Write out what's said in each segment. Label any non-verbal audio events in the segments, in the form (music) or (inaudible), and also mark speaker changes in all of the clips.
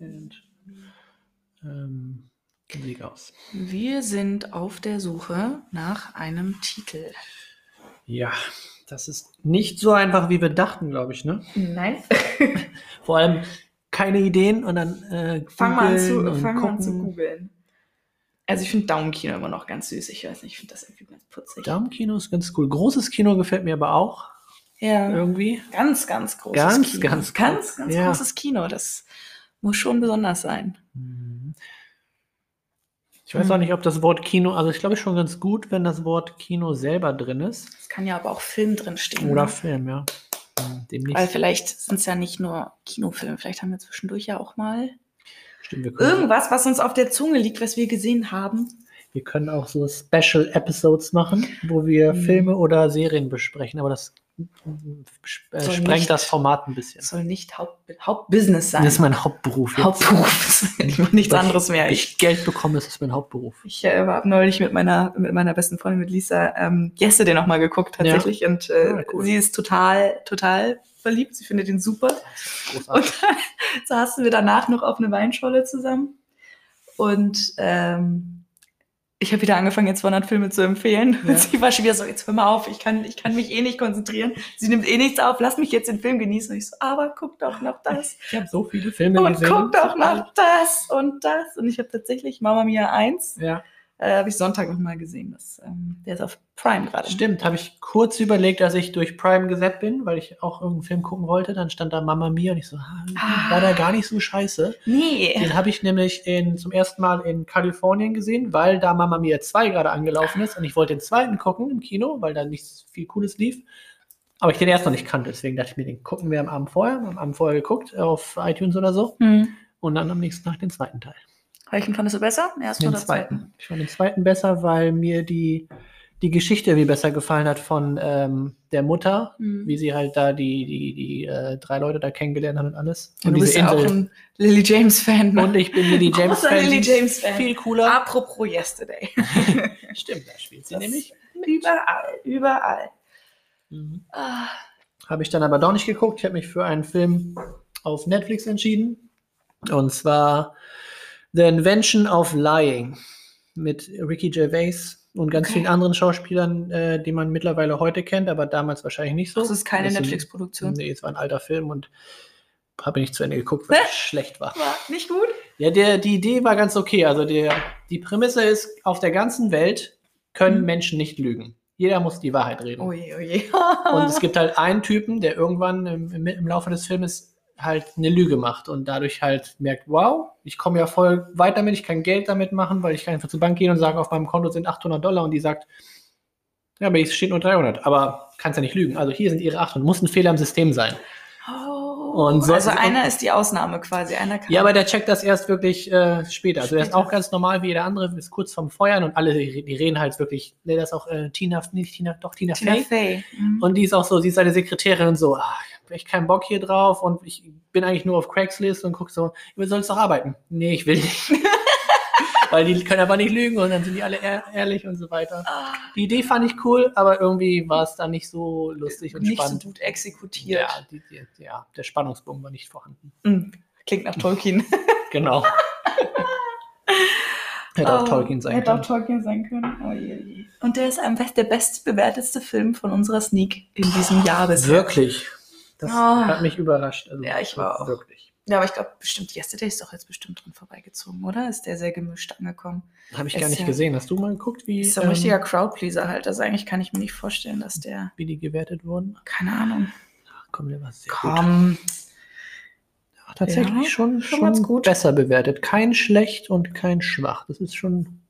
Speaker 1: und ähm, Musik aus.
Speaker 2: Wir sind auf der Suche nach einem Titel.
Speaker 1: Ja, das ist nicht so einfach, wie wir dachten, glaube ich, ne?
Speaker 2: Nein.
Speaker 1: Vor allem keine Ideen und dann äh,
Speaker 2: Fang mal an
Speaker 1: googeln
Speaker 2: zu,
Speaker 1: und
Speaker 2: fang mal an zu
Speaker 1: gucken.
Speaker 2: googeln. Also ich finde Daumenkino immer noch ganz süß. Ich weiß nicht, ich finde das irgendwie ganz putzig.
Speaker 1: Daumenkino ist ganz cool. Großes Kino gefällt mir aber auch
Speaker 2: ja.
Speaker 1: irgendwie.
Speaker 2: Ganz, ganz großes
Speaker 1: Ganz,
Speaker 2: Kino.
Speaker 1: ganz
Speaker 2: ganz,
Speaker 1: groß.
Speaker 2: ganz
Speaker 1: Ja.
Speaker 2: großes Kino. Das muss schon besonders sein. Mhm.
Speaker 1: Ich weiß
Speaker 2: Hm.
Speaker 1: auch nicht, ob das Wort Kino, also ich glaube schon ganz gut, wenn das Wort Kino selber drin ist.
Speaker 2: Es kann ja aber auch Film drin stehen.
Speaker 1: Oder
Speaker 2: ne?
Speaker 1: Film, ja. Hm, Demnächst.
Speaker 2: Weil vielleicht sind es ja nicht nur Kinofilme. Vielleicht haben wir zwischendurch ja auch mal
Speaker 1: Stimmt, wir, können,
Speaker 2: irgendwas, was uns auf der Zunge liegt, was wir gesehen haben.
Speaker 1: wir können auch so Special Episodes machen, wo wir
Speaker 2: Hm.
Speaker 1: Filme oder Serien besprechen, aber das sp- äh,
Speaker 2: Soll
Speaker 1: sprengt
Speaker 2: nicht-
Speaker 1: das Format ein bisschen.
Speaker 2: Das soll nicht Haupt, Hauptbusiness sein.
Speaker 1: Das ist mein Hauptberuf. Jetzt.
Speaker 2: Hauptberuf. (laughs) ich mache nichts
Speaker 1: Was
Speaker 2: anderes mehr. Ich,
Speaker 1: Ich Geld bekomme, das ist mein Hauptberuf.
Speaker 2: ich äh, habe neulich mit meiner, mit meiner besten Freundin, mit Lisa, ähm, Yesterday nochmal geguckt tatsächlich. Und äh,
Speaker 1: Ah, cool.
Speaker 2: sie ist total, total verliebt. Sie findet ihn super.
Speaker 1: Großartig.
Speaker 2: Und dann (laughs) saßen wir danach noch auf eine Weinscholle zusammen. Und ähm, ich habe wieder angefangen, jetzt 200 Filme zu empfehlen.
Speaker 1: Ja.
Speaker 2: Und (laughs) sie war schon wieder so, jetzt hör mal auf, ich kann, ich kann mich eh nicht konzentrieren. Sie nimmt eh nichts auf, lass mich jetzt den Film genießen. Und ich so, aber guck doch noch das.
Speaker 1: Ich habe so viele Filme
Speaker 2: Und
Speaker 1: gesehen.
Speaker 2: Oh, guck doch noch das und das. Und ich habe tatsächlich Mama Mia 1,
Speaker 1: Ja,
Speaker 2: äh, habe ich Sonntag nochmal gesehen. Das, ähm, der ist auf Prime gerade.
Speaker 1: stimmt. Habe ich kurz überlegt, als ich durch Prime gesetzt bin, weil ich auch irgendeinen Film gucken wollte. Dann stand da Mama Mia und ich so, ah,
Speaker 2: Ah.
Speaker 1: war der gar nicht so scheiße.
Speaker 2: Nee.
Speaker 1: Den habe ich nämlich in, zum ersten Mal in Kalifornien gesehen, weil da Mama Mia 2 gerade angelaufen ist und ich wollte den zweiten gucken im Kino, weil da nicht viel Cooles lief. Aber ich den erst noch nicht kannte, deswegen dachte ich mir, den gucken wir am Abend vorher. Am Abend vorher geguckt, auf iTunes oder so.
Speaker 2: Hm.
Speaker 1: Und dann am nächsten Tag den zweiten Teil.
Speaker 2: Welchen fandest du besser? Den ersten
Speaker 1: den
Speaker 2: oder zweiten?
Speaker 1: zweiten. Ich fand den zweiten besser, weil mir die, die Geschichte irgendwie besser gefallen hat von ähm, der Mutter,
Speaker 2: Hm.
Speaker 1: wie sie halt da die, die, die äh, drei Leute da kennengelernt hat und alles.
Speaker 2: Und du
Speaker 1: diese
Speaker 2: bist ja auch
Speaker 1: Insel.
Speaker 2: ein Lily James Fan. ne?
Speaker 1: und ich bin Lily
Speaker 2: (laughs) Großer
Speaker 1: James Fan.
Speaker 2: Lily
Speaker 1: die ist
Speaker 2: James Fan.
Speaker 1: Viel cooler. (laughs)
Speaker 2: Apropos Yesterday.
Speaker 1: Stimmt, da spielt sie
Speaker 2: Das-
Speaker 1: nämlich.
Speaker 2: überall, überall.
Speaker 1: Mhm.
Speaker 2: Ah,
Speaker 1: Habe ich dann aber doch nicht geguckt. Ich habe mich für einen Film auf Netflix entschieden. Und zwar The Invention of Lying mit Ricky Gervais und ganz
Speaker 2: Okay.
Speaker 1: vielen anderen Schauspielern, äh, die man mittlerweile heute kennt, aber damals wahrscheinlich nicht so.
Speaker 2: das ist keine
Speaker 1: Bisschen-
Speaker 2: Netflix-Produktion.
Speaker 1: Nee, es war ein alter Film und habe nicht zu Ende geguckt, (laughs) weil es schlecht war.
Speaker 2: War nicht gut?
Speaker 1: Ja, der, die Idee war ganz okay. Also der, die Prämisse ist, auf der ganzen Welt können
Speaker 2: Mhm.
Speaker 1: Menschen nicht lügen. Jeder muss die Wahrheit reden.
Speaker 2: Oje,
Speaker 1: (laughs)
Speaker 2: oje.
Speaker 1: Und
Speaker 2: (laughs)
Speaker 1: es gibt halt einen Typen, der irgendwann im, im, im Laufe des Filmes halt eine Lüge macht und dadurch halt merkt, wow, ich komme ja voll weit damit, ich kann Geld damit machen, weil ich kann einfach zur Bank gehen und sagen, auf meinem Konto sind 800 Dollar und die sagt, ja, aber hier stehen nur 300, aber kannst ja nicht lügen. Also hier sind ihre 800, muss ein Fehler im System sein.
Speaker 2: Oh,
Speaker 1: Und so-
Speaker 2: also einer ist die Ausnahme quasi. Einer kann
Speaker 1: Ja, aber der checkt das erst wirklich äh, später. Also der ist
Speaker 2: Später.
Speaker 1: auch ganz normal wie jeder andere, ist kurz vorm Feuern und alle, die die reden halt wirklich, ne, das ist auch äh, Tina, nicht Tina, doch Tina,
Speaker 2: Tina
Speaker 1: Fey.
Speaker 2: Fey. Mhm.
Speaker 1: Und die ist auch so, sie ist seine Sekretärin und so, ach, ich hab echt keinen Bock hier drauf und ich bin eigentlich nur auf Craigslist und guck so, wir sollen doch arbeiten. Nee, ich will nicht. (laughs) Weil die können aber nicht lügen und dann sind die alle ehr ehrlich und so weiter.
Speaker 2: Ah,
Speaker 1: Die Idee fand ich cool, aber irgendwie war es dann nicht so lustig und
Speaker 2: nicht so
Speaker 1: spannend.
Speaker 2: gut exekutiert.
Speaker 1: ja, die, die, ja, der Spannungsbogen war nicht vorhanden.
Speaker 2: Mhm. Klingt nach Tolkien. (laughs)
Speaker 1: Genau. (laughs) Hätte auch
Speaker 2: Oh,
Speaker 1: Tolkien sein
Speaker 2: Hätte auch
Speaker 1: können.
Speaker 2: Tolkien sein können. Oje, oje. Und der ist am best, der bestbewertetste Film von unserer Sneak in diesem Jahr bisher.
Speaker 1: Wirklich. Das
Speaker 2: Oh.
Speaker 1: hat mich überrascht. Also,
Speaker 2: Ja, ich war auch.
Speaker 1: Wirklich.
Speaker 2: Ja, aber ich glaube, bestimmt, Yesterday ist doch jetzt bestimmt dran vorbeigezogen, oder? Ist der sehr gemischt angekommen.
Speaker 1: Habe ich
Speaker 2: Ist
Speaker 1: gar nicht
Speaker 2: ja-
Speaker 1: gesehen. Hast du mal geguckt, wie,
Speaker 2: Ist so ein richtiger Crowdpleaser halt. Also eigentlich kann ich mir nicht vorstellen, dass der,
Speaker 1: wie die gewertet wurden?
Speaker 2: keine Ahnung,
Speaker 1: Ach, komm, der war sehr gut.
Speaker 2: komm.
Speaker 1: Ach, tatsächlich
Speaker 2: Ja,
Speaker 1: schon,
Speaker 2: schon
Speaker 1: schon
Speaker 2: ganz gut.
Speaker 1: besser bewertet. Kein schlecht und kein schwach. Das ist schon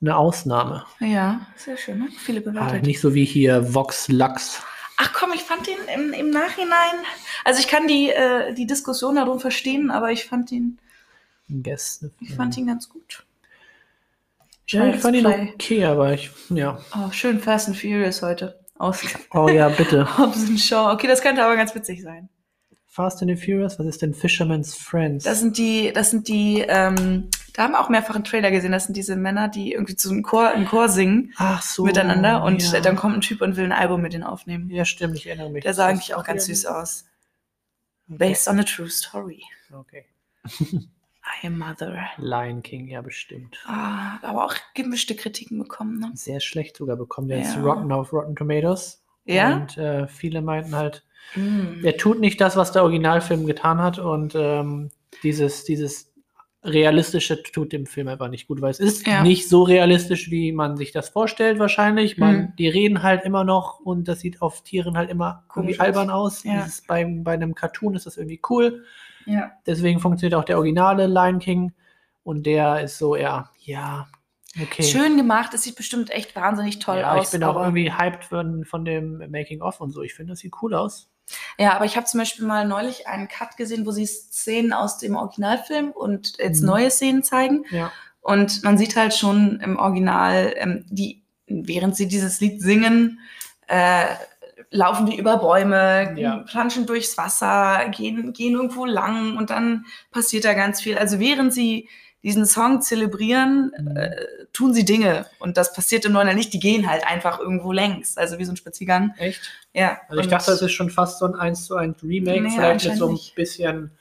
Speaker 1: eine Ausnahme.
Speaker 2: Ja, sehr schön, ne? Viele
Speaker 1: Ah,
Speaker 2: bewertet.
Speaker 1: nicht so wie hier Vox Lux.
Speaker 2: Ach komm, ich fand den im, im Nachhinein, also ich kann die, äh, die Diskussion darum verstehen, aber ich fand ihn,
Speaker 1: Gäste.
Speaker 2: ich fand ihn ganz gut.
Speaker 1: ja, ich
Speaker 2: Child's
Speaker 1: fand ihn
Speaker 2: Play.
Speaker 1: okay, aber ich, ja.
Speaker 2: Oh, schön Fast and Furious heute. Aus
Speaker 1: Oh ja, bitte. (laughs)
Speaker 2: Hobbs and Shaw. Okay, das könnte aber ganz witzig sein.
Speaker 1: Fast and the Furious, was ist denn Fisherman's Friends?
Speaker 2: Das sind die, das sind die, ähm, da haben wir auch mehrfach einen Trailer gesehen, das sind diese Männer, die irgendwie zu einem Chor, einen Chor singen
Speaker 1: Ach so.
Speaker 2: miteinander und
Speaker 1: Oh, ja.
Speaker 2: äh, dann kommt ein Typ und will ein Album mit denen aufnehmen.
Speaker 1: Ja, stimmt, ich erinnere mich.
Speaker 2: Der sah eigentlich auch ganz süß aus. Based on a true story.
Speaker 1: Okay.
Speaker 2: My Mother.
Speaker 1: Lion King, ja, bestimmt.
Speaker 2: Ah, aber auch gemischte Kritiken bekommen, ne?
Speaker 1: Sehr schlecht sogar bekommen. Der ist
Speaker 2: Ja.
Speaker 1: Rotten auf Rotten Tomatoes.
Speaker 2: Ja?
Speaker 1: Und äh, viele meinten halt,
Speaker 2: Mm.
Speaker 1: er tut nicht das, was der Originalfilm getan hat. Und ähm, dieses, dieses Realistische tut dem Film einfach nicht gut, weil es ist
Speaker 2: Ja.
Speaker 1: nicht so realistisch, wie man sich das vorstellt, wahrscheinlich. Man,
Speaker 2: Mhm.
Speaker 1: Die reden halt immer noch und das sieht auf Tieren halt immer
Speaker 2: Komisch
Speaker 1: irgendwie albern aus.
Speaker 2: Ja.
Speaker 1: Dieses, bei, bei einem Cartoon ist das irgendwie cool.
Speaker 2: Ja.
Speaker 1: Deswegen funktioniert auch der originale Lion King und der ist so eher, ja, okay.
Speaker 2: Schön gemacht, es sieht bestimmt echt wahnsinnig toll
Speaker 1: ja,
Speaker 2: aus.
Speaker 1: ich bin auch
Speaker 2: aber-
Speaker 1: irgendwie hyped von, von dem Making-of und so. Ich finde, das sieht cool aus.
Speaker 2: Ja, aber ich habe zum Beispiel mal neulich einen Cut gesehen, wo sie Szenen aus dem Originalfilm und jetzt
Speaker 1: Mhm.
Speaker 2: neue Szenen zeigen.
Speaker 1: Ja.
Speaker 2: Und man sieht halt schon im Original, ähm, die, während sie dieses Lied singen, äh, laufen die über Bäume,
Speaker 1: Ja.
Speaker 2: planschen durchs Wasser, gehen, gehen irgendwo lang und dann passiert da ganz viel. Also während sie diesen Song zelebrieren,
Speaker 1: Mhm.
Speaker 2: äh, tun sie Dinge. Und das passiert im Neuner nicht. Die gehen halt einfach irgendwo längs. Also wie so ein Spaziergang.
Speaker 1: Echt?
Speaker 2: Ja.
Speaker 1: Also ich
Speaker 2: Und-
Speaker 1: dachte, das ist schon fast so ein 1 zu 1 Remake,
Speaker 2: Nee,
Speaker 1: vielleicht mit so ein
Speaker 2: anscheinend nicht.
Speaker 1: bisschen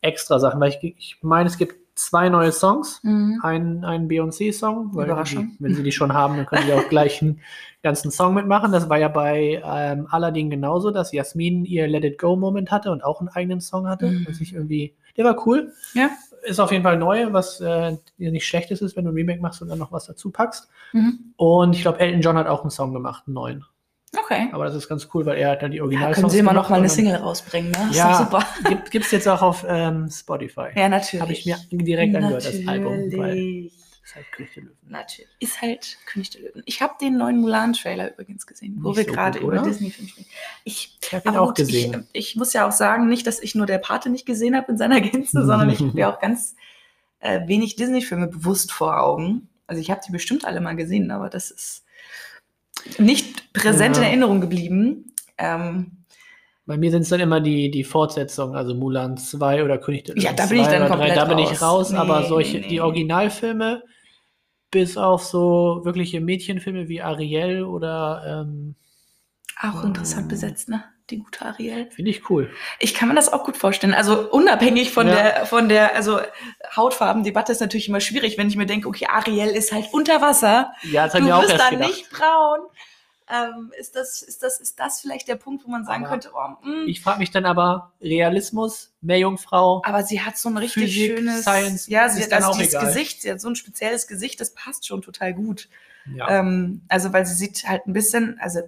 Speaker 1: extra Sachen, weil ich, ich meine, es gibt zwei neue Songs.
Speaker 2: Mhm.
Speaker 1: Einen, einen Beyoncé-Song, weil
Speaker 2: Überraschung.
Speaker 1: Die, wenn sie die schon haben, dann können sie
Speaker 2: (laughs)
Speaker 1: auch gleich einen ganzen Song mitmachen. Das war ja bei ähm, Aladdin genauso, dass Jasmin ihr Let It Go-Moment hatte und auch einen eigenen Song hatte.
Speaker 2: Mhm.
Speaker 1: Was ich irgendwie, der war cool.
Speaker 2: Ja.
Speaker 1: Ist auf jeden Fall neu, was äh, nicht schlecht ist, ist, wenn du ein Remake machst und dann noch was dazu packst.
Speaker 2: Mhm.
Speaker 1: Und ich glaube, Elton John hat auch einen Song gemacht, einen neuen.
Speaker 2: Okay.
Speaker 1: Aber das ist ganz cool, weil er hat dann die
Speaker 2: Ja,
Speaker 1: Originalsongs
Speaker 2: können Sie immer noch
Speaker 1: gemacht
Speaker 2: mal
Speaker 1: und
Speaker 2: eine
Speaker 1: dann-
Speaker 2: Single rausbringen, ne? Ist
Speaker 1: Ja.
Speaker 2: doch super.
Speaker 1: Gibt, gibt's jetzt auch auf ähm, Spotify.
Speaker 2: Ja, natürlich.
Speaker 1: Habe ich mir direkt angehört, das Album. Weil
Speaker 2: Natürlich.
Speaker 1: ist halt König der Löwen.
Speaker 2: Natürlich. Ist halt König der Löwen. Ich habe den neuen Mulan-Trailer übrigens gesehen, wo
Speaker 1: Nicht
Speaker 2: wir
Speaker 1: so
Speaker 2: gerade
Speaker 1: gut,
Speaker 2: über
Speaker 1: oder?
Speaker 2: Disney Film sprechen. Ich
Speaker 1: Ich habe ihn
Speaker 2: aber
Speaker 1: auch
Speaker 2: gut,
Speaker 1: gesehen.
Speaker 2: Ich, ich muss ja auch sagen, nicht, dass ich nur der Pate nicht gesehen habe in seiner Gänze, sondern
Speaker 1: (laughs)
Speaker 2: ich habe ja auch ganz äh, wenig Disney-Filme bewusst vor Augen. Also ich habe die bestimmt alle mal gesehen, aber das ist nicht präsent
Speaker 1: Ja.
Speaker 2: in Erinnerung geblieben. Ähm,
Speaker 1: Bei mir sind es dann immer die, die Fortsetzungen, also Mulan 2 oder König der Löwen.
Speaker 2: Ja, da bin ich
Speaker 1: 2
Speaker 2: dann
Speaker 1: oder 3, Da
Speaker 2: komplett
Speaker 1: bin ich
Speaker 2: raus.
Speaker 1: raus, aber
Speaker 2: Nee,
Speaker 1: solche,
Speaker 2: nee, nee.
Speaker 1: die Originalfilme, bis auf so wirkliche Mädchenfilme wie Ariel oder ähm,
Speaker 2: auch
Speaker 1: Oh.
Speaker 2: interessant besetzt, ne? Die gute Ariel.
Speaker 1: finde ich cool.
Speaker 2: Ich kann mir das auch gut vorstellen. Also unabhängig von
Speaker 1: Ja.
Speaker 2: der von der also Hautfarbendebatte ist natürlich immer schwierig, wenn ich mir denke, okay, Ariel ist halt unter Wasser,
Speaker 1: Ja, das
Speaker 2: du
Speaker 1: haben wir auch
Speaker 2: bist
Speaker 1: erst
Speaker 2: dann
Speaker 1: gedacht.
Speaker 2: nicht braun. Ähm, ist das ist das ist das vielleicht der Punkt, wo man sagen
Speaker 1: Aber
Speaker 2: könnte, oh, mh,
Speaker 1: Ich frage mich dann aber, Realismus, Meerjungfrau,
Speaker 2: aber sie hat so ein richtig
Speaker 1: Physik,
Speaker 2: schönes
Speaker 1: Science,
Speaker 2: ja, sie
Speaker 1: ist
Speaker 2: hat
Speaker 1: dann
Speaker 2: also
Speaker 1: auch
Speaker 2: dieses
Speaker 1: egal.
Speaker 2: Gesicht, sie hat so ein spezielles Gesicht, das passt schon total gut.
Speaker 1: ja.
Speaker 2: Ähm, also weil sie sieht halt ein bisschen, also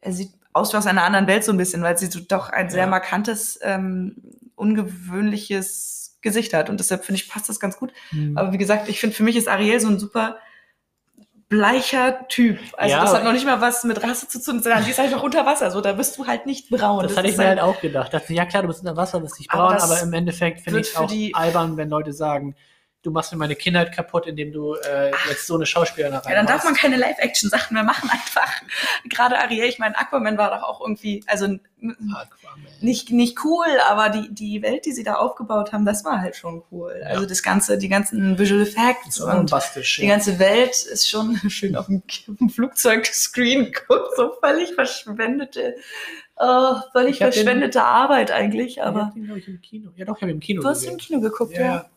Speaker 2: er sieht aus wie aus einer anderen Welt so ein bisschen, weil sie so doch ein sehr
Speaker 1: Ja.
Speaker 2: markantes, ähm, ungewöhnliches Gesicht hat. Und deshalb finde ich, passt das ganz gut.
Speaker 1: Hm.
Speaker 2: Aber wie gesagt, ich finde für mich ist Ariel so ein super bleicher Typ. Also
Speaker 1: Ja,
Speaker 2: das hat
Speaker 1: aber-
Speaker 2: noch nicht mal was mit Rasse zu tun, sondern die ist einfach unter Wasser, so da bist du halt nicht braun.
Speaker 1: das hatte
Speaker 2: ist
Speaker 1: ich mir
Speaker 2: halt-
Speaker 1: halt auch gedacht. Dachte, ja klar, du bist unter Wasser, bist nicht
Speaker 2: Aber
Speaker 1: braun,
Speaker 2: das
Speaker 1: aber, im Endeffekt finde
Speaker 2: wird
Speaker 1: ich es
Speaker 2: für
Speaker 1: auch
Speaker 2: die-
Speaker 1: albern, wenn Leute sagen, du machst mir meine Kindheit kaputt, indem du äh, jetzt so eine Schauspielerin
Speaker 2: Ja, dann darf man keine Live-Action-Sachen mehr machen, (laughs) einfach. Gerade Ariel, ich meine, Aquaman war doch auch irgendwie, also nicht, nicht cool, aber die, die Welt, die sie da aufgebaut haben, das war halt schon cool.
Speaker 1: Ja.
Speaker 2: Also das ganze, die ganzen Visual Effects
Speaker 1: so
Speaker 2: und
Speaker 1: bombastisch.
Speaker 2: die
Speaker 1: Ja.
Speaker 2: ganze Welt ist schon (laughs) schön auf dem, auf dem Flugzeugscreen (laughs) geguckt, so völlig verschwendete, oh, völlig
Speaker 1: Ich hab den-
Speaker 2: verschwendete Arbeit eigentlich,
Speaker 1: ich
Speaker 2: aber
Speaker 1: hab den, glaub ich, im Kino. Ja, doch, ich habe im Kino
Speaker 2: du hast im Kino geguckt, ja.
Speaker 1: Ja,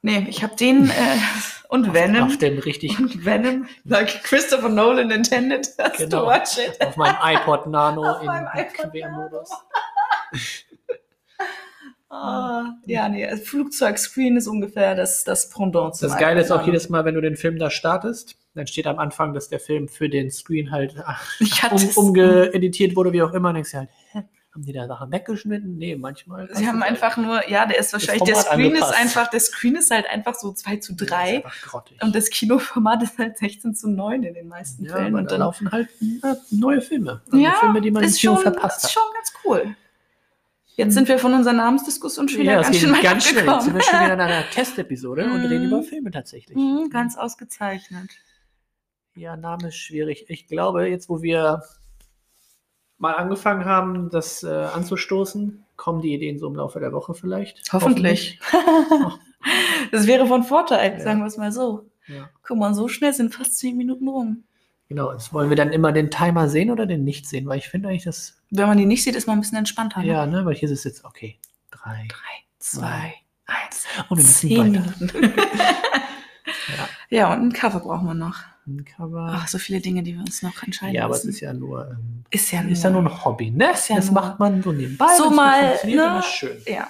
Speaker 2: Nee, ich habe den äh, (laughs) und
Speaker 1: ja.
Speaker 2: Venom.
Speaker 1: Auf dem richtig
Speaker 2: Und Venom, like Christopher Nolan intended, (laughs) hast
Speaker 1: Genau.
Speaker 2: to watch it.
Speaker 1: auf
Speaker 2: (laughs)
Speaker 1: meinem iPod Nano
Speaker 2: Auf
Speaker 1: in
Speaker 2: meinem iPod
Speaker 1: Quermodus.
Speaker 2: Ah, ja, nee, Flugzeugscreen ist ungefähr das, das Pendant zum
Speaker 1: Das Geile ist auch
Speaker 2: Alten.
Speaker 1: jedes Mal, wenn du den Film da startest, dann steht am Anfang, dass der Film für den Screen halt
Speaker 2: Ich hatte
Speaker 1: um,
Speaker 2: es-
Speaker 1: umgeeditiert wurde, wie auch immer. Und denkst dir halt, hä, haben die da Sachen weggeschnitten? Nee, manchmal. passt
Speaker 2: Sie haben
Speaker 1: das halt.
Speaker 2: einfach nur, ja, der ist wahrscheinlich, der
Speaker 1: Format
Speaker 2: Screen ist
Speaker 1: angepasst.
Speaker 2: einfach, der Screen ist halt einfach so 2 zu
Speaker 1: Das ist
Speaker 2: 3
Speaker 1: einfach grottig.
Speaker 2: und das Kinoformat ist halt 16 zu 9 in den meisten
Speaker 1: ja,
Speaker 2: Fällen.
Speaker 1: aber
Speaker 2: Und
Speaker 1: da
Speaker 2: dann
Speaker 1: laufen halt ja, neue Filme. Also
Speaker 2: Ja,
Speaker 1: Filme, die man im
Speaker 2: ist
Speaker 1: Kino
Speaker 2: schon,
Speaker 1: verpasst
Speaker 2: ist
Speaker 1: hat. Hm.
Speaker 2: schon ganz cool. Jetzt sind wir von unserer Namensdiskussion schon wieder
Speaker 1: ja, das
Speaker 2: ganz schön
Speaker 1: ging
Speaker 2: weit
Speaker 1: ganz schnell. Jetzt sind
Speaker 2: abgekommen.
Speaker 1: wir schon wieder in einer Testepisode und reden
Speaker 2: Mhm.
Speaker 1: über Filme tatsächlich.
Speaker 2: Mhm, ganz ausgezeichnet.
Speaker 1: Ja, Name ist schwierig. Ich glaube, jetzt, wo wir mal angefangen haben, das äh, anzustoßen, kommen die Ideen so im Laufe der Woche vielleicht.
Speaker 2: Hoffentlich. (laughs) Das wäre von Vorteil,
Speaker 1: Ja.
Speaker 2: sagen wir es mal so.
Speaker 1: Hoffentlich. Ja.
Speaker 2: Guck mal, so schnell sind fast 10 Minuten rum.
Speaker 1: Genau, jetzt wollen wir dann immer den Timer sehen oder den nicht sehen, weil ich finde eigentlich das,
Speaker 2: Wenn man die nicht sieht, ist man ein bisschen entspannter. ne?
Speaker 1: ja, ne, weil hier ist es jetzt, okay, drei,
Speaker 2: Drei, zwei, eins.
Speaker 1: Und wir müssen
Speaker 2: Zehn
Speaker 1: weiter.
Speaker 2: Minuten.
Speaker 1: Ja.
Speaker 2: ja, und einen Kaffee brauchen wir noch.
Speaker 1: Ein Cover.
Speaker 2: Ach, so viele Dinge, die wir uns noch entscheiden
Speaker 1: ja, aber es
Speaker 2: müssen.
Speaker 1: ist ja nur, ähm,
Speaker 2: ist ja,
Speaker 1: ist ja nur ein Hobby, ne?
Speaker 2: Ist ja
Speaker 1: das
Speaker 2: nur-
Speaker 1: macht man so nebenbei.
Speaker 2: So
Speaker 1: wenn's gut
Speaker 2: mal,
Speaker 1: funktioniert,
Speaker 2: ne?
Speaker 1: dann ist schön.
Speaker 2: Ja.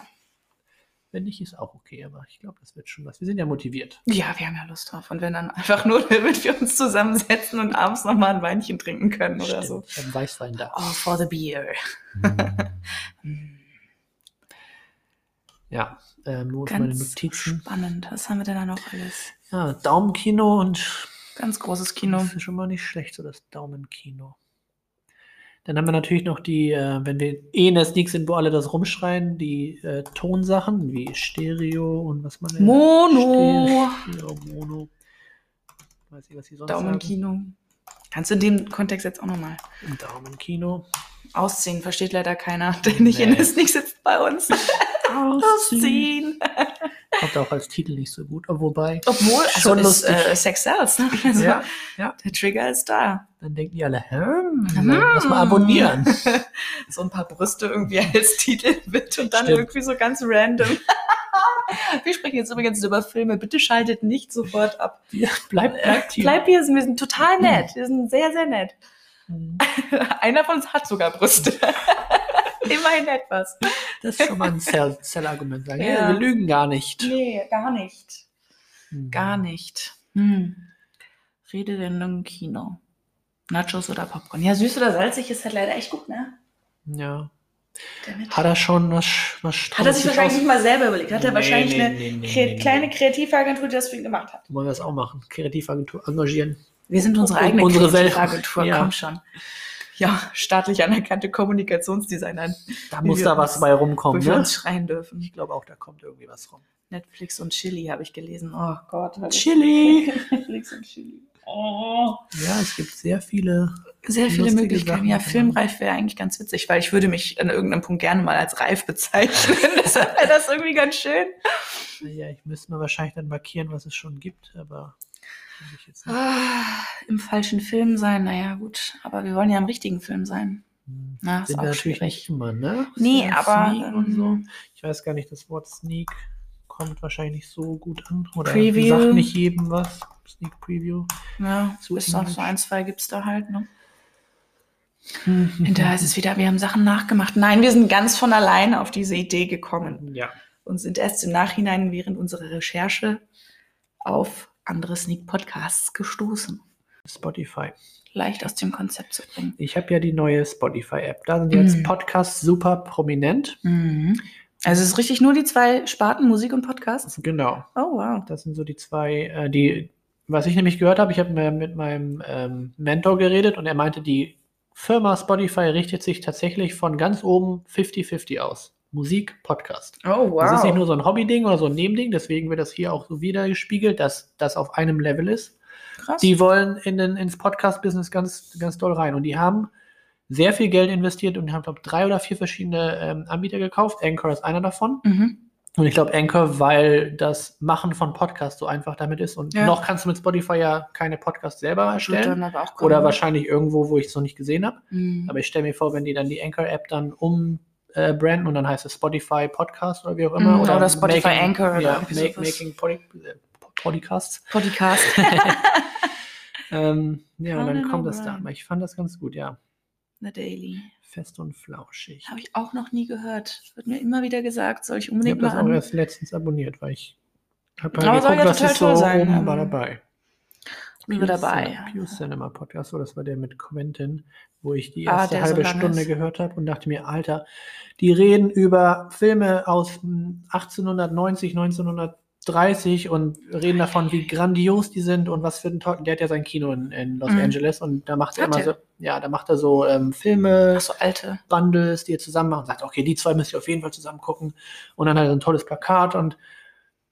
Speaker 1: Wenn nicht, ist auch okay, aber ich glaube, das wird schon was. Wir sind ja motiviert.
Speaker 2: ja, wir haben ja Lust drauf. Und wenn dann einfach nur, (laughs) damit wir uns zusammensetzen und abends nochmal ein Weinchen trinken können oder so.
Speaker 1: Stimmt, Ein Weißwein da.
Speaker 2: Oh, for the beer.
Speaker 1: Mhm.
Speaker 2: (laughs) Hm.
Speaker 1: Ja, ähm, nur meine
Speaker 2: Ganz
Speaker 1: Notizen.
Speaker 2: spannend. Was haben wir denn da noch alles?
Speaker 1: Ja, Daumenkino und
Speaker 2: Ganz großes Kino.
Speaker 1: Das ist schon mal nicht schlecht, so das Daumenkino. Dann haben wir natürlich noch die, äh, wenn wir eh in der Sneak sind, wo alle das rumschreien, die äh, Tonsachen wie Stereo und was man.
Speaker 2: Mono.
Speaker 1: Stereo, Mono. Weiß ich, was die sonst
Speaker 2: Daumenkino. Kannst du den Kontext jetzt auch nochmal
Speaker 1: sagen. Im Daumenkino.
Speaker 2: ausziehen? Versteht leider keiner, der nicht in
Speaker 1: Nee.
Speaker 2: der Sneak sitzt bei
Speaker 1: (laughs)
Speaker 2: uns.
Speaker 1: Ausziehen.
Speaker 2: Ausziehen.
Speaker 1: Kommt auch als Titel nicht so gut, aber wobei.
Speaker 2: Obwohl, also
Speaker 1: Schon
Speaker 2: ist,
Speaker 1: lustig.
Speaker 2: äh, Sex sells. Ne? Also,
Speaker 1: Ja, ja.
Speaker 2: Der Trigger ist da.
Speaker 1: Dann denken die alle, hm, lass mal abonnieren. (laughs)
Speaker 2: so ein paar Brüste irgendwie (laughs) als Titel mit und dann
Speaker 1: Stimmt.
Speaker 2: irgendwie so ganz (laughs) random. Wir sprechen jetzt übrigens über Filme. Bitte schaltet nicht sofort ab.
Speaker 1: Ja, Bleib, bleibt hier.
Speaker 2: Äh, Bleibt hier, wir sind total nett. Wir sind sehr, sehr nett.
Speaker 1: Hm,
Speaker 2: (laughs) Einer von uns hat sogar Brüste. (laughs) Immerhin etwas.
Speaker 1: Das ist schon mal ein Sell- Sell-Argument. Sagen,
Speaker 2: (laughs) Ja.
Speaker 1: ja. Wir lügen gar nicht.
Speaker 2: Nee, gar nicht. Gar
Speaker 1: Hm.
Speaker 2: nicht. Hm. Rede denn im Kino? Nachos oder Popcorn? Ja, süß oder salzig ist halt leider echt gut, ne?
Speaker 1: Ja.
Speaker 2: Damit.
Speaker 1: Hat er schon was, Sch- was
Speaker 2: Hat er sich wahrscheinlich nicht mal selber überlegt. Hat er wahrscheinlich eine Kre kleine
Speaker 1: nee.
Speaker 2: Kreativagentur, die das für ihn gemacht hat.
Speaker 1: Wollen wir das auch machen? Kreativagentur engagieren.
Speaker 2: Wir sind unsere eigene
Speaker 1: Oh, Unsere Welt.
Speaker 2: Kreativagentur,
Speaker 1: Ja.
Speaker 2: komm schon. Ja, staatlich anerkannte Kommunikationsdesigner,
Speaker 1: Da
Speaker 2: Wie
Speaker 1: muss
Speaker 2: wir
Speaker 1: da was
Speaker 2: uns-
Speaker 1: bei
Speaker 2: wo
Speaker 1: rumkommen,
Speaker 2: wir
Speaker 1: ne?
Speaker 2: uns schreien dürfen.
Speaker 1: Ich glaube auch, da kommt irgendwie was rum.
Speaker 2: Netflix und Chili habe ich gelesen. Oh Gott. hab ich-
Speaker 1: Chili!
Speaker 2: (laughs) Netflix und Chili. Oh.
Speaker 1: (laughs) Ja, es gibt sehr viele.
Speaker 2: Sehr viele
Speaker 1: Lustige
Speaker 2: Möglichkeiten.
Speaker 1: Sachen,
Speaker 2: Ja,
Speaker 1: genau.
Speaker 2: filmreif wäre eigentlich ganz witzig, weil ich würde mich an irgendeinem Punkt gerne mal als reif bezeichnen. (laughs) Deshalb wäre das irgendwie ganz schön.
Speaker 1: Ja, ich müsste mal wahrscheinlich dann markieren, was es schon gibt, aber. weiß ich jetzt nicht.
Speaker 2: Ah, Im falschen Film sein, naja, gut. Aber wir wollen ja im richtigen Film sein.
Speaker 1: Hm.
Speaker 2: Na, ist
Speaker 1: Sind
Speaker 2: auch
Speaker 1: wir natürlich
Speaker 2: schwierig.
Speaker 1: nicht immer, ne?
Speaker 2: Nee,
Speaker 1: Ja,
Speaker 2: aber
Speaker 1: Sneak und so.
Speaker 2: ähm,
Speaker 1: Ich weiß gar nicht, das Wort Sneak kommt wahrscheinlich nicht so gut an. Oder
Speaker 2: Preview.
Speaker 1: sagt nicht jedem was. Sneak Preview.
Speaker 2: ja,
Speaker 1: Zu
Speaker 2: ist noch
Speaker 1: Englisch.
Speaker 2: so ein, zwei gibt's da halt, ne?
Speaker 1: (laughs)
Speaker 2: Hinterher ist es wieder, wir haben Sachen nachgemacht. Nein, wir sind ganz von alleine auf diese Idee gekommen
Speaker 1: Ja.
Speaker 2: und sind erst im Nachhinein während unserer Recherche auf andere Sneak-Podcasts gestoßen.
Speaker 1: Spotify.
Speaker 2: Leicht aus dem Konzept zu bringen.
Speaker 1: Ich habe ja die neue Spotify-App. Da sind jetzt
Speaker 2: Mhm.
Speaker 1: Podcasts super prominent.
Speaker 2: Mhm. Also es ist richtig nur die zwei Sparten, Musik und Podcasts.
Speaker 1: Genau.
Speaker 2: Oh, wow.
Speaker 1: Das sind so die zwei, äh, die, was ich nämlich gehört habe, ich habe mir mit meinem ähm, Mentor geredet und er meinte, die Firma Spotify richtet sich tatsächlich von ganz oben 50-50 aus. Musik, Podcast.
Speaker 2: Oh, wow.
Speaker 1: Das ist nicht nur so ein Hobby-Ding oder so ein Nebending, deswegen wird das hier auch so wiedergespiegelt, dass das auf einem Level ist.
Speaker 2: krass.
Speaker 1: Die wollen in den, ins Podcast-Business ganz, ganz doll rein. Und die haben sehr viel Geld investiert und haben, glaube drei oder vier verschiedene ähm, Anbieter gekauft. Anchor ist einer davon.
Speaker 2: mhm.
Speaker 1: Und ich glaube, Anchor, weil das Machen von Podcasts so einfach damit ist. Und
Speaker 2: Ja.
Speaker 1: noch kannst du mit Spotify ja keine Podcasts selber
Speaker 2: Wird
Speaker 1: erstellen.
Speaker 2: dann aber auch
Speaker 1: Oder
Speaker 2: kommen.
Speaker 1: wahrscheinlich irgendwo, wo ich es noch nicht gesehen habe.
Speaker 2: Mhm.
Speaker 1: Aber ich stelle mir vor, wenn die dann die Anchor-App dann umbranden äh, branden und dann heißt es Spotify Podcast oder wie auch immer.
Speaker 2: Mhm, oder Spotify Anchor oder
Speaker 1: Ja,
Speaker 2: irgendwie
Speaker 1: make,
Speaker 2: sowas.
Speaker 1: Making Podi äh, Podcasts.
Speaker 2: Podcast.
Speaker 1: Ähm, ja, und dann
Speaker 2: Conan
Speaker 1: kommt das da.
Speaker 2: O'Brien.
Speaker 1: Aber ich fand das ganz gut, ja.
Speaker 2: The Daily.
Speaker 1: Fest und flauschig.
Speaker 2: Habe ich auch noch nie gehört. Wird mir immer wieder gesagt, soll ich
Speaker 1: Ich
Speaker 2: unbedingt
Speaker 1: habe
Speaker 2: mal
Speaker 1: das auch
Speaker 2: an.
Speaker 1: erst letztens abonniert, weil ich habe
Speaker 2: Aber
Speaker 1: halt
Speaker 2: soll
Speaker 1: geguckt,
Speaker 2: ja
Speaker 1: was
Speaker 2: total
Speaker 1: ist so
Speaker 2: toll sein,
Speaker 1: oben
Speaker 2: ähm,
Speaker 1: war dabei.
Speaker 2: Nur
Speaker 1: Pew
Speaker 2: dabei.
Speaker 1: Cinema- Pew Cinema Podcast, so das war der mit Quentin, wo ich die
Speaker 2: Ah,
Speaker 1: erste
Speaker 2: der so
Speaker 1: halbe
Speaker 2: lang
Speaker 1: Stunde
Speaker 2: ist.
Speaker 1: gehört habe und dachte mir, Alter, die reden über Filme aus hm, 1890, 1930 und reden davon, wie grandios die sind und was für ein toll. Der hat ja sein Kino in, in Los
Speaker 2: Mhm.
Speaker 1: Angeles und da macht er
Speaker 2: Hat
Speaker 1: immer so,
Speaker 2: er?
Speaker 1: ja, da macht er so ähm, Filme,
Speaker 2: Ach so, alte.
Speaker 1: Bundles, die ihr zusammen macht und sagt, okay, die zwei müsst ihr auf jeden Fall zusammen gucken. Und dann hat er so ein tolles Plakat und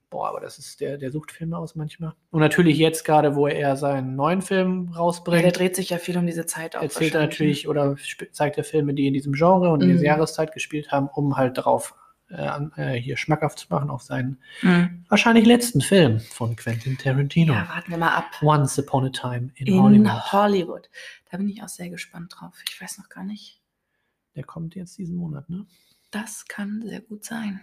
Speaker 1: boah, aber das ist, der, der sucht Filme aus manchmal. Und natürlich jetzt gerade, wo er seinen neuen Film
Speaker 2: Ja, der
Speaker 1: rausbringt,
Speaker 2: dreht sich ja viel um diese Zeit auch.
Speaker 1: erzählt er
Speaker 2: wahrscheinlich,
Speaker 1: natürlich oder sp- zeigt er Filme, die in diesem Genre und in dieser
Speaker 2: Mhm.
Speaker 1: Jahreszeit gespielt haben, um halt drauf äh, an- äh, hier schmackhaft zu machen auf seinen
Speaker 2: ne? Mhm.
Speaker 1: wahrscheinlich letzten Film von Quentin Tarantino.
Speaker 2: Ja, warten wir mal ab.
Speaker 1: Once Upon a Time in,
Speaker 2: In
Speaker 1: Hollywood.
Speaker 2: Hollywood. Da bin ich auch sehr gespannt drauf. Ich weiß noch gar nicht.
Speaker 1: Der kommt jetzt diesen Monat, ne?
Speaker 2: Das kann sehr gut sein.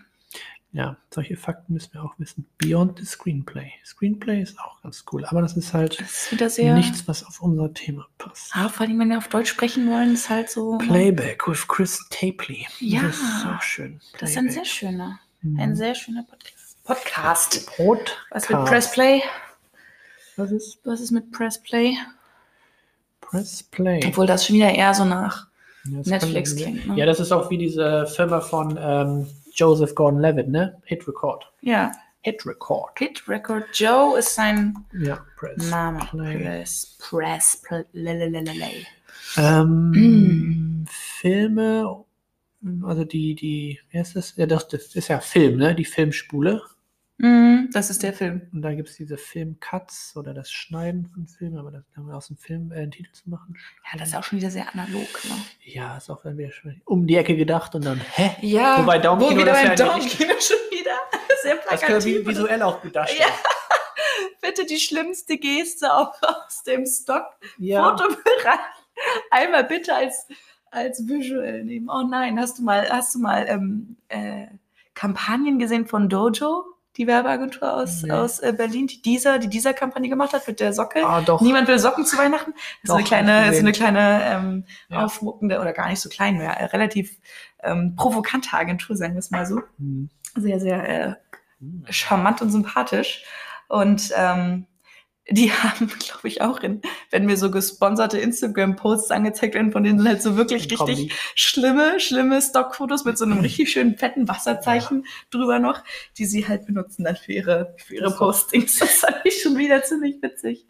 Speaker 1: Ja, solche Fakten müssen wir auch wissen. Beyond the Screenplay. Screenplay ist auch ganz cool, aber das ist halt
Speaker 2: Das ist wieder sehr.
Speaker 1: nichts, was auf unser Thema passt.
Speaker 2: Ah, vor allem, wenn wir auf Deutsch sprechen wollen, ist halt so.
Speaker 1: Playback with Chris Tapley.
Speaker 2: Ja.
Speaker 1: Das ist auch schön. Hm.
Speaker 2: Das ist ein sehr schöner,
Speaker 1: Mhm.
Speaker 2: ein sehr schöner Podcast. Podcast.
Speaker 1: Brot.
Speaker 2: Was mit Press Play?
Speaker 1: Was ist
Speaker 2: Was ist mit Press Play?
Speaker 1: Press Play?
Speaker 2: Obwohl das schon wieder eher so nach
Speaker 1: Ja, das
Speaker 2: Netflix
Speaker 1: kann-
Speaker 2: klingt. Ne?
Speaker 1: Ja, das ist auch wie diese Firma von ähm, Joseph Gordon-Levitt, ne? Hit Record.
Speaker 2: ja.
Speaker 1: Hit Record.
Speaker 2: Hit Record Joe ist sein
Speaker 1: Ja, Press
Speaker 2: Name.
Speaker 1: Play.
Speaker 2: Press, Press, Play. lelelelele. Mm.
Speaker 1: Ähm, Filme, also die, die, wie heißt das? Ja, das, das ist ja Film, ne? Die Filmspule.
Speaker 2: Mhm, das ist der Film.
Speaker 1: Und da gibt es diese Film-Cuts oder das Schneiden von Filmen, aber das haben wir aus dem Film äh, einen Titel zu machen.
Speaker 2: Ja, das ist auch schon wieder sehr analog. Ne?
Speaker 1: Ja, ist auch dann wieder schon um die Ecke gedacht und dann, hä?
Speaker 2: Ja,
Speaker 1: Wobei Daumenkino,
Speaker 2: wo wieder
Speaker 1: das
Speaker 2: beim
Speaker 1: wäre eine
Speaker 2: Daumenkino (laughs) schon wieder. Sehr
Speaker 1: Das können wir
Speaker 2: plakativ.
Speaker 1: vi- visuell auch gut darstellen.
Speaker 2: Bitte die schlimmste Geste auch (laughs) aus dem Stock-Fotobereich.
Speaker 1: Ja,
Speaker 2: Einmal bitte als, als Visual nehmen. Oh nein, hast du mal, hast du mal ähm, äh, Kampagnen gesehen von Dojo, die Werbeagentur aus,
Speaker 1: Nee.
Speaker 2: aus äh, Berlin, die dieser, die dieser Kampagne gemacht hat mit der Socke?
Speaker 1: Ah, doch.
Speaker 2: Niemand will Socken zu Weihnachten. Das
Speaker 1: Doch,
Speaker 2: ist so eine
Speaker 1: hab ich
Speaker 2: kleine, so
Speaker 1: gesehen.
Speaker 2: eine kleine ähm,
Speaker 1: Ja.
Speaker 2: aufmuckende oder gar nicht so klein mehr, äh, relativ ähm, provokante Agentur, sagen wir es mal so.
Speaker 1: Hm.
Speaker 2: Sehr, sehr äh,
Speaker 1: Hm.
Speaker 2: charmant und sympathisch. Und ähm, die (laughs) haben, glaube ich, auch in, wenn mir so gesponserte Instagram-Posts angezeigt werden, von denen sind halt so wirklich richtig
Speaker 1: Kombi.
Speaker 2: schlimme, schlimme Stockfotos mit
Speaker 1: (laughs)
Speaker 2: so einem richtig schönen fetten Wasserzeichen drüber noch, die sie halt benutzen dann für ihre, für ihre
Speaker 1: Das ist doch-
Speaker 2: Postings. Das fand ich schon wieder ziemlich witzig.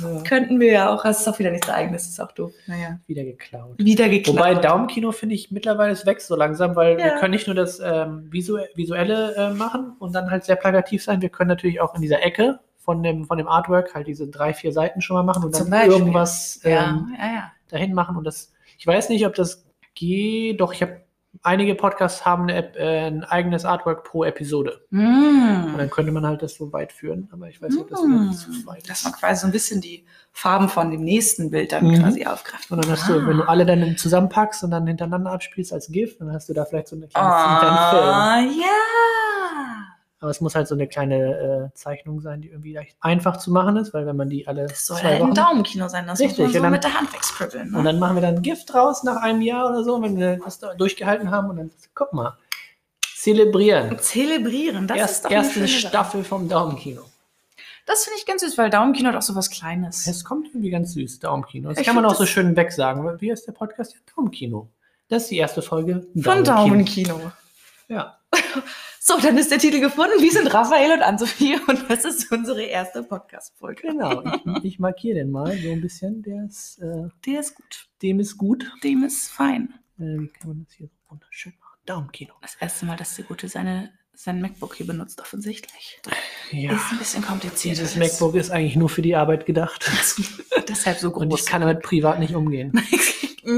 Speaker 1: Ja,
Speaker 2: Könnten wir ja auch, das ist auch wieder nichts eigenes, ist auch doof. Naja.
Speaker 1: wieder geklaut.
Speaker 2: Wieder geklaut.
Speaker 1: Wobei Daumenkino finde ich mittlerweile es wächst so langsam, weil wir
Speaker 2: Ja.
Speaker 1: können nicht nur das ähm, Visu visuelle äh, machen und dann halt sehr plakativ sein. Wir können natürlich auch in dieser Ecke von dem von dem Artwork halt diese drei vier Seiten schon mal machen und
Speaker 2: Zum
Speaker 1: dann
Speaker 2: Beispiel.
Speaker 1: irgendwas
Speaker 2: ja,
Speaker 1: ähm,
Speaker 2: ja, ja.
Speaker 1: dahin machen und das. Ich weiß nicht, ob das geht. Doch ich habe einige Podcasts haben eine App, äh, ein eigenes Artwork pro Episode und
Speaker 2: Mm.
Speaker 1: dann könnte man halt das so weit führen. Aber ich weiß nicht, ob das
Speaker 2: Mm.
Speaker 1: dann zu weit
Speaker 2: Dass
Speaker 1: ist.
Speaker 2: man quasi so ein bisschen die Farben von dem nächsten Bild dann
Speaker 1: Mhm.
Speaker 2: quasi aufgreift.
Speaker 1: Und dann hast du,
Speaker 2: Ah.
Speaker 1: wenn du alle dann zusammenpackst und dann hintereinander abspielst als GIF, dann hast du da vielleicht so eine kleine kleinen Film.
Speaker 2: Ah, ja.
Speaker 1: Aber es muss halt so eine kleine äh, Zeichnung sein, die irgendwie leicht einfach zu machen ist, weil wenn man die alle
Speaker 2: Das soll halt
Speaker 1: zwei
Speaker 2: ein
Speaker 1: Wochen
Speaker 2: Daumenkino sein. Das
Speaker 1: Richtig,
Speaker 2: muss man so
Speaker 1: und dann-
Speaker 2: mit der Hand wegscribbeln. Ne?
Speaker 1: und dann machen wir dann ein GIF draus nach einem Jahr oder so, wenn wir das da durchgehalten haben und dann guck mal, zelebrieren.
Speaker 2: Zelebrieren, das ist
Speaker 1: Erst,
Speaker 2: doch eine
Speaker 1: erste
Speaker 2: schöne Sache.
Speaker 1: Staffel vom Daumenkino.
Speaker 2: Das finde ich ganz süß, weil Daumenkino hat auch so was Kleines.
Speaker 1: Es kommt irgendwie ganz süß, Daumenkino. Das
Speaker 2: Ich
Speaker 1: kann man
Speaker 2: find
Speaker 1: auch so
Speaker 2: das-
Speaker 1: schön wegsagen. Wie heißt der Podcast? Ja, Daumenkino. Das ist die erste Folge
Speaker 2: Von Daumenkino.
Speaker 1: Ja.
Speaker 2: So, dann ist der Titel gefunden. Wir sind Raphael und Ann-Sophie und das ist unsere erste Podcast-Folge.
Speaker 1: Genau, ich, ich markiere den mal so ein bisschen. Der ist, äh,
Speaker 2: Der ist gut.
Speaker 1: dem ist gut.
Speaker 2: Dem ist fein.
Speaker 1: Äh, wie kann man das hier so wunderschön machen? Daumenkino.
Speaker 2: Das erste Mal, dass der Gute seine, sein MacBook hier benutzt, offensichtlich.
Speaker 1: Ja.
Speaker 2: Ist ein bisschen kompliziert.
Speaker 1: Dieses
Speaker 2: alles.
Speaker 1: MacBook ist eigentlich nur für die Arbeit gedacht.
Speaker 2: (laughs) Deshalb so groß.
Speaker 1: Und
Speaker 2: (laughs)
Speaker 1: ich kann damit privat nicht umgehen.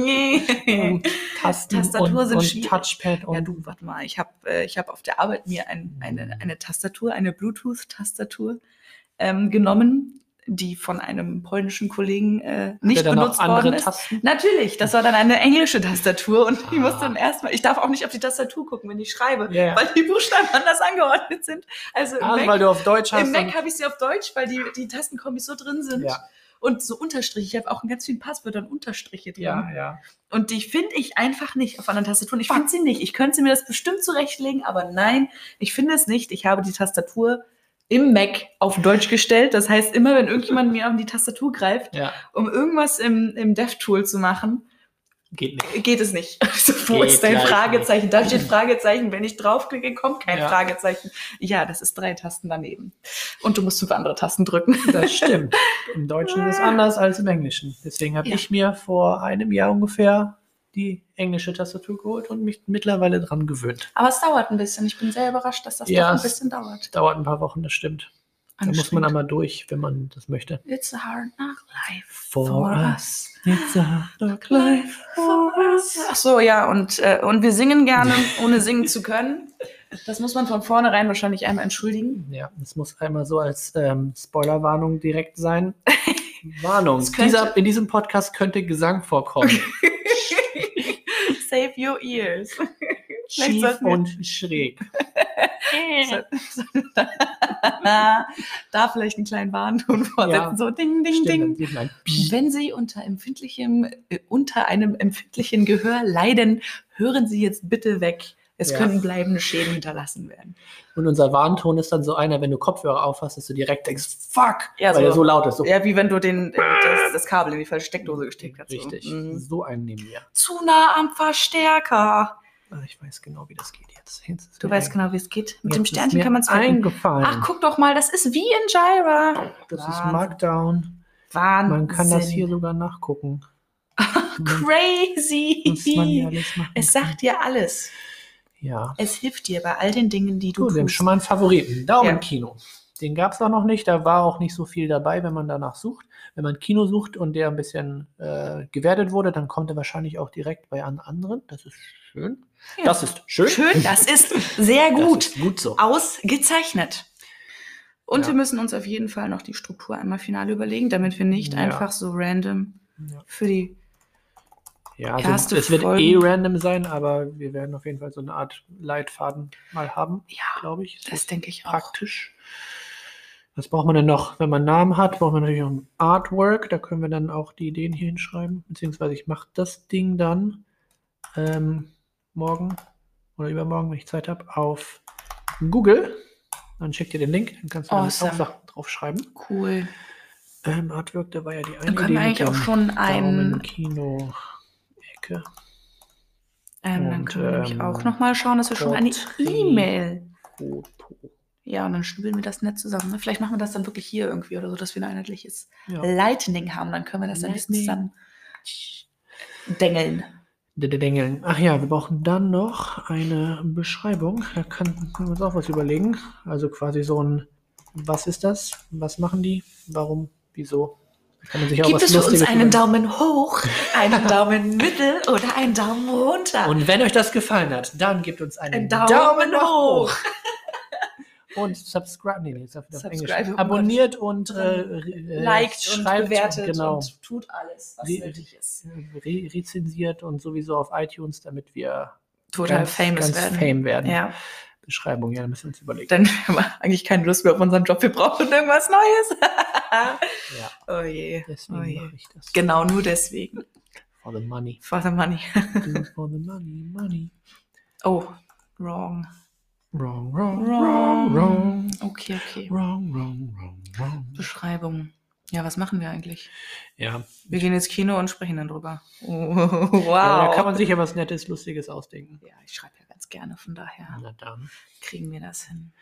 Speaker 2: nee.
Speaker 1: Und Tasten
Speaker 2: Tastatur
Speaker 1: und,
Speaker 2: sind
Speaker 1: und
Speaker 2: schwierig.
Speaker 1: Touchpad und
Speaker 2: Ja, du, warte mal. Ich habe äh, ich hab auf der Arbeit mir ein, eine, eine Tastatur, eine Bluetooth-Tastatur ähm, genommen, die von einem polnischen Kollegen äh, nicht
Speaker 1: Hat er dann
Speaker 2: benutzt
Speaker 1: auch andere
Speaker 2: worden ist.
Speaker 1: Tasten.
Speaker 2: Natürlich, das war dann eine englische Tastatur und ich
Speaker 1: Ah.
Speaker 2: musste dann erstmal, ich darf auch nicht auf die Tastatur gucken, wenn ich schreibe,
Speaker 1: Ja, ja.
Speaker 2: weil die Buchstaben anders angeordnet sind. Also im
Speaker 1: Also, weil
Speaker 2: Mac,
Speaker 1: du auf Deutsch hast.
Speaker 2: im Mac
Speaker 1: dann-
Speaker 2: habe ich sie auf Deutsch, weil die, die Tastenkombis so drin sind.
Speaker 1: Ja.
Speaker 2: Und so Unterstriche, ich habe auch in ganz vielen Passwörtern Unterstriche drin.
Speaker 1: ja, ja.
Speaker 2: Und die finde ich einfach nicht auf anderen Tastaturen. Ich finde sie nicht. Ich könnte mir das bestimmt zurechtlegen, aber nein, ich finde es nicht. Ich habe die Tastatur im Mac auf Deutsch gestellt. Das heißt, immer wenn irgendjemand (laughs) mir an die Tastatur greift,
Speaker 1: Ja,
Speaker 2: um irgendwas im, im Dev-Tool zu machen,
Speaker 1: geht nicht.
Speaker 2: geht es nicht. (laughs) Also, wo
Speaker 1: Geht
Speaker 2: ist dein
Speaker 1: gleich
Speaker 2: Fragezeichen? Da steht Fragezeichen. Wenn ich draufklicke, kommt kein
Speaker 1: Ja.
Speaker 2: Fragezeichen. Ja, das ist drei Tasten daneben. Und du musst fünf andere Tasten drücken.
Speaker 1: (laughs)
Speaker 2: (laughs)
Speaker 1: Das stimmt. Im Deutschen ist es anders als im Englischen. Deswegen habe
Speaker 2: Ah. Ja.
Speaker 1: ich mir vor einem Jahr ungefähr die englische Tastatur geholt und mich mittlerweile dran gewöhnt.
Speaker 2: Aber es dauert ein bisschen. Ich bin sehr überrascht, dass das
Speaker 1: Ja,
Speaker 2: doch ein
Speaker 1: es-
Speaker 2: bisschen dauert.
Speaker 1: Dauert ein paar Wochen, das stimmt. Da muss man einmal durch, wenn man das möchte.
Speaker 2: It's a hard knock life
Speaker 1: For
Speaker 2: us.
Speaker 1: It's a dark
Speaker 2: life
Speaker 1: for
Speaker 2: Ach so, ja, und, äh, und wir singen gerne, (laughs) ohne singen zu können. Das muss man von vornherein wahrscheinlich
Speaker 1: (laughs)
Speaker 2: einmal entschuldigen.
Speaker 1: Ja, es muss einmal so als ähm, Spoilerwarnung direkt sein.
Speaker 2: (laughs)
Speaker 1: Warnung.
Speaker 2: Es könnte-
Speaker 1: Dieser, in diesem Podcast könnte Gesang vorkommen.
Speaker 2: Save your ears. Vielleicht
Speaker 1: Schief
Speaker 2: sollten wir-
Speaker 1: und schräg.
Speaker 2: (laughs) da (laughs) vielleicht einen kleinen Warnton vorsetzen,
Speaker 1: Ja.
Speaker 2: so ding, ding, ding.
Speaker 1: Stimmt, das ist ein Piep.
Speaker 2: Wenn Sie unter empfindlichem, äh, unter einem empfindlichen Gehör leiden, hören Sie jetzt bitte weg. Es
Speaker 1: Ja.
Speaker 2: können bleibende Schäden hinterlassen werden.
Speaker 1: Und unser Warnton ist dann so einer, wenn du Kopfhörer aufhast, dass du direkt denkst, fuck,
Speaker 2: Ja,
Speaker 1: weil
Speaker 2: so-
Speaker 1: er so laut ist. So
Speaker 2: Ja, wie wenn du den, äh, das, das Kabel in die falsche Steckdose gesteckt hast. so.
Speaker 1: Richtig.
Speaker 2: Mhm.
Speaker 1: So einen nehmen wir.
Speaker 2: Zu nah am Verstärker.
Speaker 1: Ah, Ich weiß genau, wie das geht jetzt. jetzt ist
Speaker 2: Du
Speaker 1: mir
Speaker 2: weißt
Speaker 1: ein-
Speaker 2: genau, wie es geht. Mit
Speaker 1: jetzt
Speaker 2: dem
Speaker 1: ist
Speaker 2: Sternchen
Speaker 1: mir
Speaker 2: kann man es
Speaker 1: eingefallen.
Speaker 2: Ach, guck doch mal, das ist wie in Gyra.
Speaker 1: das ist
Speaker 2: Wahnsinn.
Speaker 1: Markdown.
Speaker 2: Wahnsinn.
Speaker 1: Man kann das hier sogar nachgucken. Was Mhm. man hier
Speaker 2: (laughs) Crazy.
Speaker 1: alles machen
Speaker 2: Es
Speaker 1: kann.
Speaker 2: sagt dir alles.
Speaker 1: Ja.
Speaker 2: Es hilft dir bei all den Dingen, die du
Speaker 1: Gut, Oh, wir haben
Speaker 2: tust.
Speaker 1: schon mal einen Favoriten. Daumen
Speaker 2: Ja.
Speaker 1: im Kino. Den gab es auch noch nicht. Da war auch nicht so viel dabei, wenn man danach sucht. Wenn man Kino sucht und der ein bisschen äh, gewertet wurde, dann kommt er wahrscheinlich auch direkt bei an anderen. Das ist schön.
Speaker 2: Ja.
Speaker 1: Das ist schön.
Speaker 2: Schön, das ist sehr
Speaker 1: Das
Speaker 2: gut.
Speaker 1: ist gut so.
Speaker 2: Ausgezeichnet. Und
Speaker 1: Ja.
Speaker 2: wir müssen uns auf jeden Fall noch die Struktur einmal final überlegen, damit wir nicht
Speaker 1: Ja.
Speaker 2: einfach so random
Speaker 1: Ja.
Speaker 2: für die.
Speaker 1: Ja, also
Speaker 2: Erste
Speaker 1: es wird
Speaker 2: Folgen.
Speaker 1: eh random sein, aber wir werden auf jeden Fall so eine Art Leitfaden mal haben,
Speaker 2: Ja,
Speaker 1: glaube ich.
Speaker 2: das denke ich auch.
Speaker 1: praktisch. Was braucht man denn noch? Wenn man einen Namen hat, braucht man natürlich auch ein Artwork. Da können wir dann auch die Ideen hier hinschreiben. Beziehungsweise ich mache das Ding dann ähm, morgen oder übermorgen, wenn ich Zeit habe, auf Google. Dann schickt ihr den Link, dann kannst du
Speaker 2: Awesome.
Speaker 1: dann auch Sachen draufschreiben.
Speaker 2: Cool.
Speaker 1: Ähm, Artwork, da war ja die eine
Speaker 2: Dann können wir
Speaker 1: Idee
Speaker 2: eigentlich
Speaker 1: mit
Speaker 2: auch
Speaker 1: dem
Speaker 2: schon
Speaker 1: Daumen
Speaker 2: ein.
Speaker 1: Kino Ecke.
Speaker 2: Ähm, dann
Speaker 1: und,
Speaker 2: können wir nämlich
Speaker 1: ähm,
Speaker 2: auch nochmal schauen, dass wir schon eine
Speaker 1: Porträt.
Speaker 2: E-Mail.
Speaker 1: Foto.
Speaker 2: Ja, und dann schnibbeln wir das nett zusammen. Ne? Vielleicht machen wir das dann wirklich hier irgendwie oder so, dass wir ein einheitliches
Speaker 1: Ja.
Speaker 2: Lightning haben. Dann können wir das dann ein bisschen
Speaker 1: Lightning.
Speaker 2: zusammen dengeln.
Speaker 1: D- d- Dengeln. Ach ja, wir brauchen dann noch eine Beschreibung. Da können können wir uns auch was überlegen. Also quasi so ein, was ist das? Was machen die? Warum? Wieso? Da kann man sich auch
Speaker 2: Gibt
Speaker 1: was
Speaker 2: es für uns
Speaker 1: Lustiges
Speaker 2: einen
Speaker 1: überlegen.
Speaker 2: Daumen hoch, (laughs) einen Daumen mittel oder einen Daumen runter?
Speaker 1: Und wenn euch das gefallen hat, dann gebt uns einen
Speaker 2: Ein
Speaker 1: Daumen,
Speaker 2: Daumen
Speaker 1: hoch.
Speaker 2: hoch.
Speaker 1: (laughs) Und subscribe, nee, nee, jetzt auf auf Englisch.
Speaker 2: Subscribe, oh Gott.
Speaker 1: Abonniert und äh, re- äh,
Speaker 2: Liked und
Speaker 1: schreibt
Speaker 2: bewertet
Speaker 1: genau.
Speaker 2: und tut alles, was
Speaker 1: Sie-
Speaker 2: nötig ist.
Speaker 1: Re rezensiert und sowieso auf iTunes, damit wir
Speaker 2: Total
Speaker 1: ganz,
Speaker 2: famous
Speaker 1: ganz
Speaker 2: werden.
Speaker 1: fame werden.
Speaker 2: Ja,
Speaker 1: Beschreibung, ja, da müssen wir uns überlegen.
Speaker 2: dann (laughs) haben wir eigentlich keine Lust mehr auf unseren Job. Wir brauchen irgendwas Neues. (laughs)
Speaker 1: Ja,
Speaker 2: oh je.
Speaker 1: deswegen
Speaker 2: Oh je.
Speaker 1: mache ich das.
Speaker 2: Genau, nur deswegen.
Speaker 1: For the (laughs) money.
Speaker 2: Father Money.
Speaker 1: Do it for the money, money.
Speaker 2: Oh, wrong.
Speaker 1: Wrong, wrong, wrong,
Speaker 2: Wrong.
Speaker 1: wrong.
Speaker 2: Okay, okay.
Speaker 1: Wrong, wrong, wrong, wrong.
Speaker 2: Beschreibung. Ja, was machen wir eigentlich?
Speaker 1: Ja,
Speaker 2: Wir gehen ins Kino und sprechen dann
Speaker 1: (laughs)
Speaker 2: drüber. Oh,
Speaker 1: aber äh, da
Speaker 2: wow.
Speaker 1: kann man sich ja was Nettes, Lustiges ausdenken.
Speaker 2: ja, ich schreibe ja ganz gerne, von daher
Speaker 1: Na dann.
Speaker 2: kriegen wir das hin.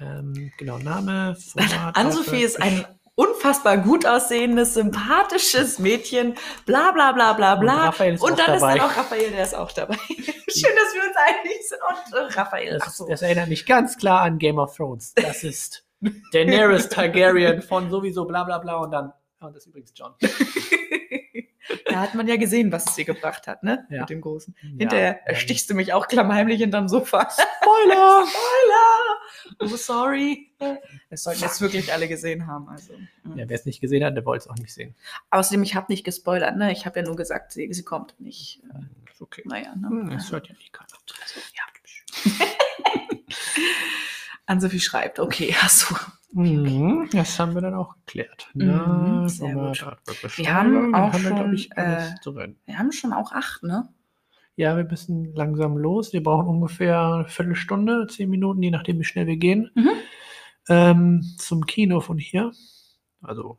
Speaker 1: Ähm, genau, (laughs) Name,
Speaker 2: (laughs)
Speaker 1: Format.
Speaker 2: Ann-Sophie ist
Speaker 1: Artwork,
Speaker 2: ein unfassbar gut aussehendes, sympathisches Mädchen, bla bla bla bla
Speaker 1: Und
Speaker 2: bla.
Speaker 1: Raphael ist auch
Speaker 2: dann
Speaker 1: dabei.
Speaker 2: ist dann auch Raphael, der ist auch dabei. (laughs) Schön, dass wir uns einig sind. Und äh, Raphael, ach
Speaker 1: Das,
Speaker 2: so.
Speaker 1: das erinnert mich ganz klar an Game of Thrones. Das (laughs) ist Daenerys Targaryen von sowieso bla bla bla und dann. Und das ist übrigens John.
Speaker 2: Da hat man ja gesehen, was es dir gebracht hat, ne?
Speaker 1: Ja.
Speaker 2: Mit dem Großen.
Speaker 1: Ja, ähm.
Speaker 2: Hinterher
Speaker 1: dann-
Speaker 2: stichst du mich auch klammheimlich hinterm Sofa.
Speaker 1: Spoiler!
Speaker 2: Spoiler! Oh, sorry. Das sollten jetzt wirklich alle gesehen haben. Also. mhm.
Speaker 1: Ja, wer es nicht gesehen hat, der wollte es auch nicht sehen.
Speaker 2: Außerdem, ich habe nicht gespoilert, ne? Ich habe ja nur gesagt, sie, sie kommt nicht.
Speaker 1: Ist Äh, okay.
Speaker 2: Naja, ne?
Speaker 1: Hm, Das hört ja nie keiner.
Speaker 2: Ann-Sophie schreibt, okay, hast du.
Speaker 1: Mhm, das haben wir dann auch geklärt. ne?
Speaker 2: Mhm,
Speaker 1: Na,
Speaker 2: sehr
Speaker 1: Format,
Speaker 2: gut.
Speaker 1: Artwork,
Speaker 2: Wir haben
Speaker 1: Beschreibung,
Speaker 2: auch
Speaker 1: wir, glaub
Speaker 2: schon, äh,
Speaker 1: ich, alles drin.
Speaker 2: Wir haben schon auch acht, ne?
Speaker 1: Ja, wir müssen langsam los. Wir brauchen ungefähr eine Viertelstunde, zehn Minuten, je nachdem, wie schnell wir gehen,
Speaker 2: Mhm.
Speaker 1: ähm, zum Kino von hier. Also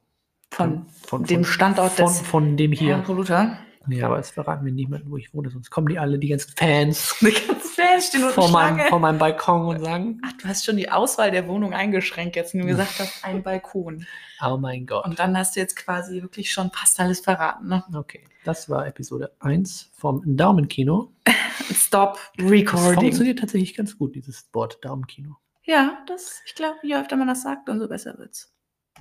Speaker 2: Von
Speaker 1: von,
Speaker 2: dem
Speaker 1: von,
Speaker 2: Standort
Speaker 1: von,
Speaker 2: des
Speaker 1: von dem hier.
Speaker 2: Polluter. (laughs)
Speaker 1: Ja, aber es verraten wir niemanden, wo ich wohne, sonst kommen die alle, die ganzen Fans, (laughs)
Speaker 2: Die ganzen Fans stehen unten
Speaker 1: vor meinem,
Speaker 2: Schlange.
Speaker 1: vor meinem Balkon und sagen:
Speaker 2: Ach, du hast schon die Auswahl der Wohnung eingeschränkt, jetzt nur
Speaker 1: Hm.
Speaker 2: gesagt hast, ein Balkon.
Speaker 1: Oh mein Gott.
Speaker 2: Und dann hast du jetzt quasi wirklich schon fast alles verraten, ne?
Speaker 1: Okay, das war Episode 1 vom Daumenkino.
Speaker 2: Stop
Speaker 1: Das
Speaker 2: recording.
Speaker 1: funktioniert tatsächlich ganz gut, dieses Wort Daumenkino.
Speaker 2: Ja, das, ich glaube, je öfter man das sagt, umso besser wird's.